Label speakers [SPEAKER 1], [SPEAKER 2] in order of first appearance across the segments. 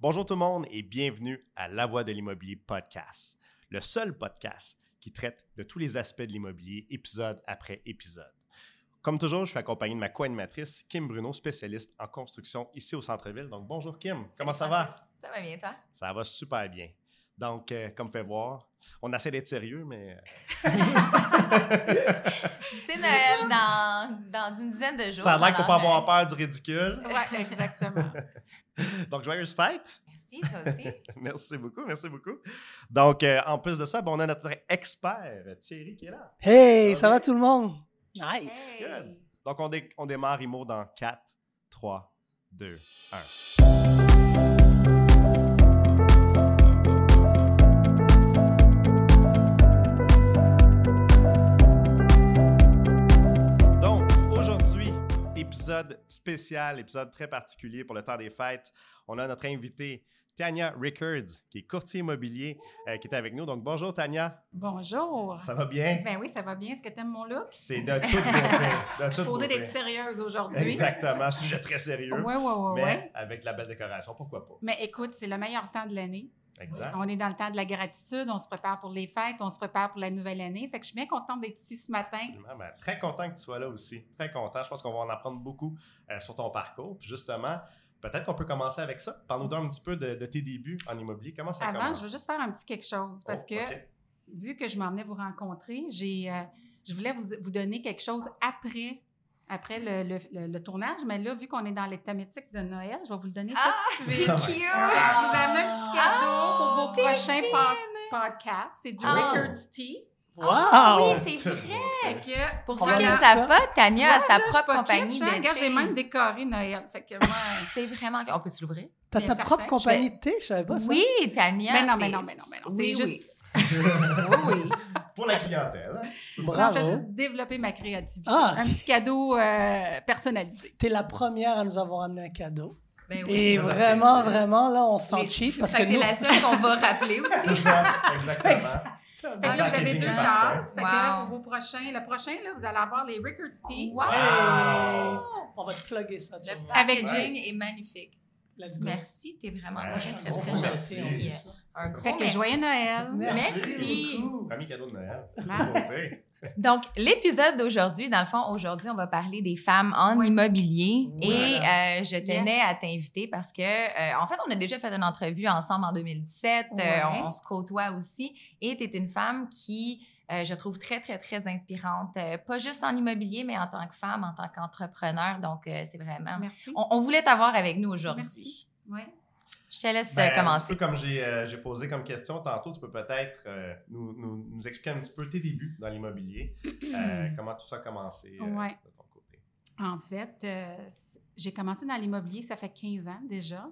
[SPEAKER 1] Bonjour tout le monde et bienvenue à La Voix de l'immobilier podcast, le seul podcast qui traite de tous les aspects de l'immobilier épisode après épisode. Comme toujours, je suis accompagné de ma co-animatrice Kim Bruno, spécialiste en construction ici au centre-ville. Donc bonjour Kim, comment ça va?
[SPEAKER 2] Francis, Ça va bien, toi?
[SPEAKER 1] Ça va super bien. Donc, euh, comme fait voir, on essaie d'être sérieux, mais euh,
[SPEAKER 2] C'est Noël dans, dans une dizaine de jours.
[SPEAKER 1] ça a l'air qu'on peut
[SPEAKER 2] alors,
[SPEAKER 1] avoir
[SPEAKER 2] euh,
[SPEAKER 1] peur du ridicule.
[SPEAKER 3] Ouais, exactement.
[SPEAKER 1] Donc, joyeuse fête!
[SPEAKER 2] Merci, toi aussi.
[SPEAKER 1] Merci beaucoup, merci beaucoup. Donc, euh, en plus de ça, ben, on a notre expert, Thierry, qui est là.
[SPEAKER 4] Hey,
[SPEAKER 1] Ça
[SPEAKER 4] ça
[SPEAKER 1] va?
[SPEAKER 4] va tout le monde? Nice.
[SPEAKER 2] Hey.
[SPEAKER 1] Good. Donc, on, dé- on démarre IMO dans 4, 3, 2, 1. Donc, aujourd'hui, épisode spécial, épisode très particulier pour le temps des fêtes. On a notre invité, Tania Rickards, qui est courtier immobilier, euh, qui est avec nous. Donc, bonjour Tania,
[SPEAKER 3] Bonjour.
[SPEAKER 1] ça va bien?
[SPEAKER 3] Ben oui, ça va bien. Est-ce que t'aimes mon look?
[SPEAKER 1] C'est de toute beauté. De
[SPEAKER 3] Je suis
[SPEAKER 1] toute beauté.
[SPEAKER 3] posée d'être sérieuse aujourd'hui.
[SPEAKER 1] Exactement, sujet très sérieux.
[SPEAKER 3] Ouais, ouais, ouais,
[SPEAKER 1] mais
[SPEAKER 3] ouais.
[SPEAKER 1] avec la belle décoration, pourquoi pas?
[SPEAKER 3] Mais écoute, c'est le meilleur temps de l'année.
[SPEAKER 1] Exact.
[SPEAKER 3] On est dans le temps de la gratitude, on se prépare pour les fêtes, on se prépare pour la nouvelle année. Fait que je suis bien contente d'être ici ce matin.
[SPEAKER 1] Absolument, mais très content que tu sois là aussi. Très content. Je pense qu'on va en apprendre beaucoup euh, sur ton parcours. Puis justement, peut-être qu'on peut commencer avec ça. Parle-nous d'un petit peu de, de tes débuts en immobilier. Comment ça
[SPEAKER 3] Avant,
[SPEAKER 1] commence?
[SPEAKER 3] je veux juste faire un petit quelque chose parce
[SPEAKER 1] Oh,
[SPEAKER 3] que
[SPEAKER 1] ok.
[SPEAKER 3] vu que je m'en venais vous rencontrer, j'ai, euh, je voulais vous, vous donner quelque chose après, après le, le- le- le tournage. Mais là, vu qu'on est dans les thématiques de Noël, je vais vous le donner
[SPEAKER 2] Ah!
[SPEAKER 3] tout de suite.
[SPEAKER 2] C'est cute!
[SPEAKER 3] Je vous amène un petit cadeau pour vos
[SPEAKER 2] t'es
[SPEAKER 3] prochains
[SPEAKER 2] fine!
[SPEAKER 3] pas- podcasts. C'est du
[SPEAKER 2] Ah.
[SPEAKER 3] Records Tea.
[SPEAKER 1] Oh,
[SPEAKER 4] Wow!
[SPEAKER 2] oui, c'est vrai!
[SPEAKER 3] Fait que
[SPEAKER 2] Pour
[SPEAKER 4] On
[SPEAKER 2] ceux qui ne
[SPEAKER 4] va
[SPEAKER 2] le
[SPEAKER 4] voir
[SPEAKER 2] savent
[SPEAKER 4] ça.
[SPEAKER 2] pas, Tania a
[SPEAKER 3] Ouais,
[SPEAKER 2] sa
[SPEAKER 3] là, je suis
[SPEAKER 2] propre
[SPEAKER 3] pas
[SPEAKER 2] compagnie
[SPEAKER 3] kitsch, hein.
[SPEAKER 2] d'été.
[SPEAKER 3] Regarde, j'ai même décoré Noël. Fait que moi,
[SPEAKER 2] C'est vraiment... On peut-tu l'ouvrir?
[SPEAKER 4] T'as
[SPEAKER 3] bien
[SPEAKER 4] ta propre
[SPEAKER 3] certain.
[SPEAKER 4] compagnie de thé, je savais pas ça.
[SPEAKER 2] Oui, Tania!
[SPEAKER 3] Ben non,
[SPEAKER 2] c'est-
[SPEAKER 3] ben non, ben non, ben non.
[SPEAKER 2] Oui,
[SPEAKER 3] C'est
[SPEAKER 2] oui.
[SPEAKER 3] juste-
[SPEAKER 2] oui, oui.
[SPEAKER 1] Pour la clientèle. hein?
[SPEAKER 3] j'en fais
[SPEAKER 4] Bravo.
[SPEAKER 3] juste développer ma créativité.
[SPEAKER 4] Ah.
[SPEAKER 3] Un petit cadeau euh, personnalisé.
[SPEAKER 4] T'es la première à nous avoir amené un cadeau.
[SPEAKER 2] Ben oui.
[SPEAKER 4] Et
[SPEAKER 1] Ça fait
[SPEAKER 4] vraiment,
[SPEAKER 1] plaisir.
[SPEAKER 4] vraiment, là, on se
[SPEAKER 2] Les
[SPEAKER 4] sent cheap
[SPEAKER 2] petits-
[SPEAKER 4] parce
[SPEAKER 2] fait
[SPEAKER 4] que
[SPEAKER 2] t'es
[SPEAKER 4] nous,
[SPEAKER 2] la seule qu'on va rappeler
[SPEAKER 1] C'est
[SPEAKER 2] aussi.
[SPEAKER 1] ça, exactement.
[SPEAKER 3] Fait que là, vous avez
[SPEAKER 1] Marketing
[SPEAKER 3] deux
[SPEAKER 1] parfait.
[SPEAKER 3] tasses. Fait que là,
[SPEAKER 2] Ah, Wow. Oh,
[SPEAKER 3] pour vos prochains, le prochain, là, vous allez avoir les Rickards Tea.
[SPEAKER 2] Wow!
[SPEAKER 4] Hey!
[SPEAKER 2] Oh!
[SPEAKER 4] on va te plugger ça. tu
[SPEAKER 2] Le
[SPEAKER 4] vois.
[SPEAKER 3] Avec
[SPEAKER 2] packaging est magnifique.
[SPEAKER 4] Let's go.
[SPEAKER 2] Merci, t'es vraiment
[SPEAKER 1] Ouais.
[SPEAKER 2] très, très,
[SPEAKER 4] Bon,
[SPEAKER 2] très
[SPEAKER 4] merci.
[SPEAKER 2] gentille. Un gros
[SPEAKER 3] Fait que
[SPEAKER 2] merci.
[SPEAKER 3] joyeux Noël.
[SPEAKER 2] Merci.
[SPEAKER 4] beaucoup.
[SPEAKER 1] Premier cadeau de Noël.
[SPEAKER 3] Marc.
[SPEAKER 1] Beauté.
[SPEAKER 2] Donc, l'épisode d'aujourd'hui, dans le fond, aujourd'hui, on va parler des femmes en
[SPEAKER 3] Oui.
[SPEAKER 2] immobilier.
[SPEAKER 4] Voilà.
[SPEAKER 2] Et euh, je tenais
[SPEAKER 3] Yes.
[SPEAKER 2] à t'inviter parce que, euh, en fait, on a déjà fait une entrevue ensemble en 2017. Euh,
[SPEAKER 3] Ouais.
[SPEAKER 2] on, on se côtoie aussi. Et tu es une femme qui, euh, je trouve, très, très, très inspirante. Euh, pas juste en immobilier, mais en tant que femme, en tant qu'entrepreneur. Donc, euh, c'est vraiment...
[SPEAKER 3] Merci.
[SPEAKER 2] On, on voulait t'avoir avec nous aujourd'hui.
[SPEAKER 3] Merci. Ouais.
[SPEAKER 2] Je te laisse
[SPEAKER 1] Ben,
[SPEAKER 2] euh,
[SPEAKER 1] Un petit
[SPEAKER 2] commencer.
[SPEAKER 1] peu comme j'ai euh, j'ai posé comme question tantôt, tu peux peut-être euh, nous, nous- nous expliquer un petit peu tes débuts dans l'immobilier, euh, comment tout ça a commencé euh,
[SPEAKER 3] Ouais.
[SPEAKER 1] de ton côté.
[SPEAKER 3] En fait, euh, c- j'ai commencé dans l'immobilier, ça fait 15 ans déjà.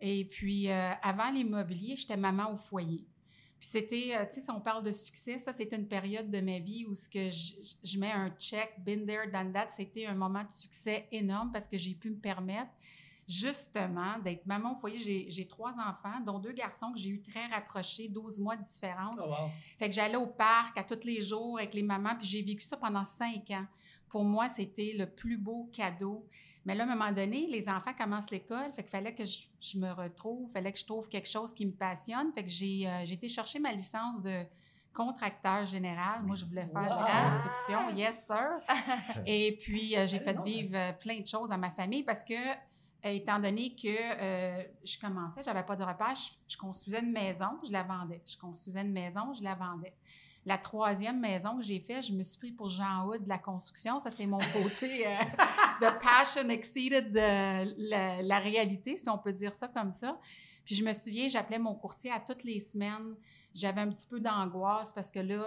[SPEAKER 3] Et puis, euh, avant l'immobilier, j'étais maman au foyer. Puis c'était, euh, tu sais, si on parle de succès, ça, c'était une période de ma vie où ce que je, je- je mets un check, been there, done that, c'était un moment de succès énorme parce que j'ai pu me permettre justement d'être maman au foyer. J'ai- J'ai trois enfants, dont deux garçons que j'ai eu très rapprochés, 12 mois de différence.
[SPEAKER 4] Oh, wow.
[SPEAKER 3] Fait que j'allais au parc à tous les jours avec les mamans, puis j'ai vécu ça pendant cinq ans. Pour moi, c'était le plus beau cadeau. Mais là, à un moment donné, les enfants commencent l'école, fait qu'il fallait que je, je me retrouve, fallait que je trouve quelque chose qui me passionne. Fait que j'ai euh, j'ai été chercher ma licence de contracteur général. Moi, je voulais faire de la
[SPEAKER 4] Wow.
[SPEAKER 3] construction, yes sir. Et puis, euh, j'ai fait vivre euh, plein de choses à ma famille parce que, euh, étant donné que euh, je commençais, j'avais pas de repère, je, je construisais une maison, je la vendais. Je construisais une maison, je la vendais. La troisième maison que j'ai faite, je me suis pris pour Jean Hood de la construction. Ça, c'est mon côté euh, de passion exceeded de la, la réalité, si on peut dire ça comme ça. Puis je me souviens, j'appelais mon courtier à toutes les semaines. J'avais un petit peu d'angoisse parce que là,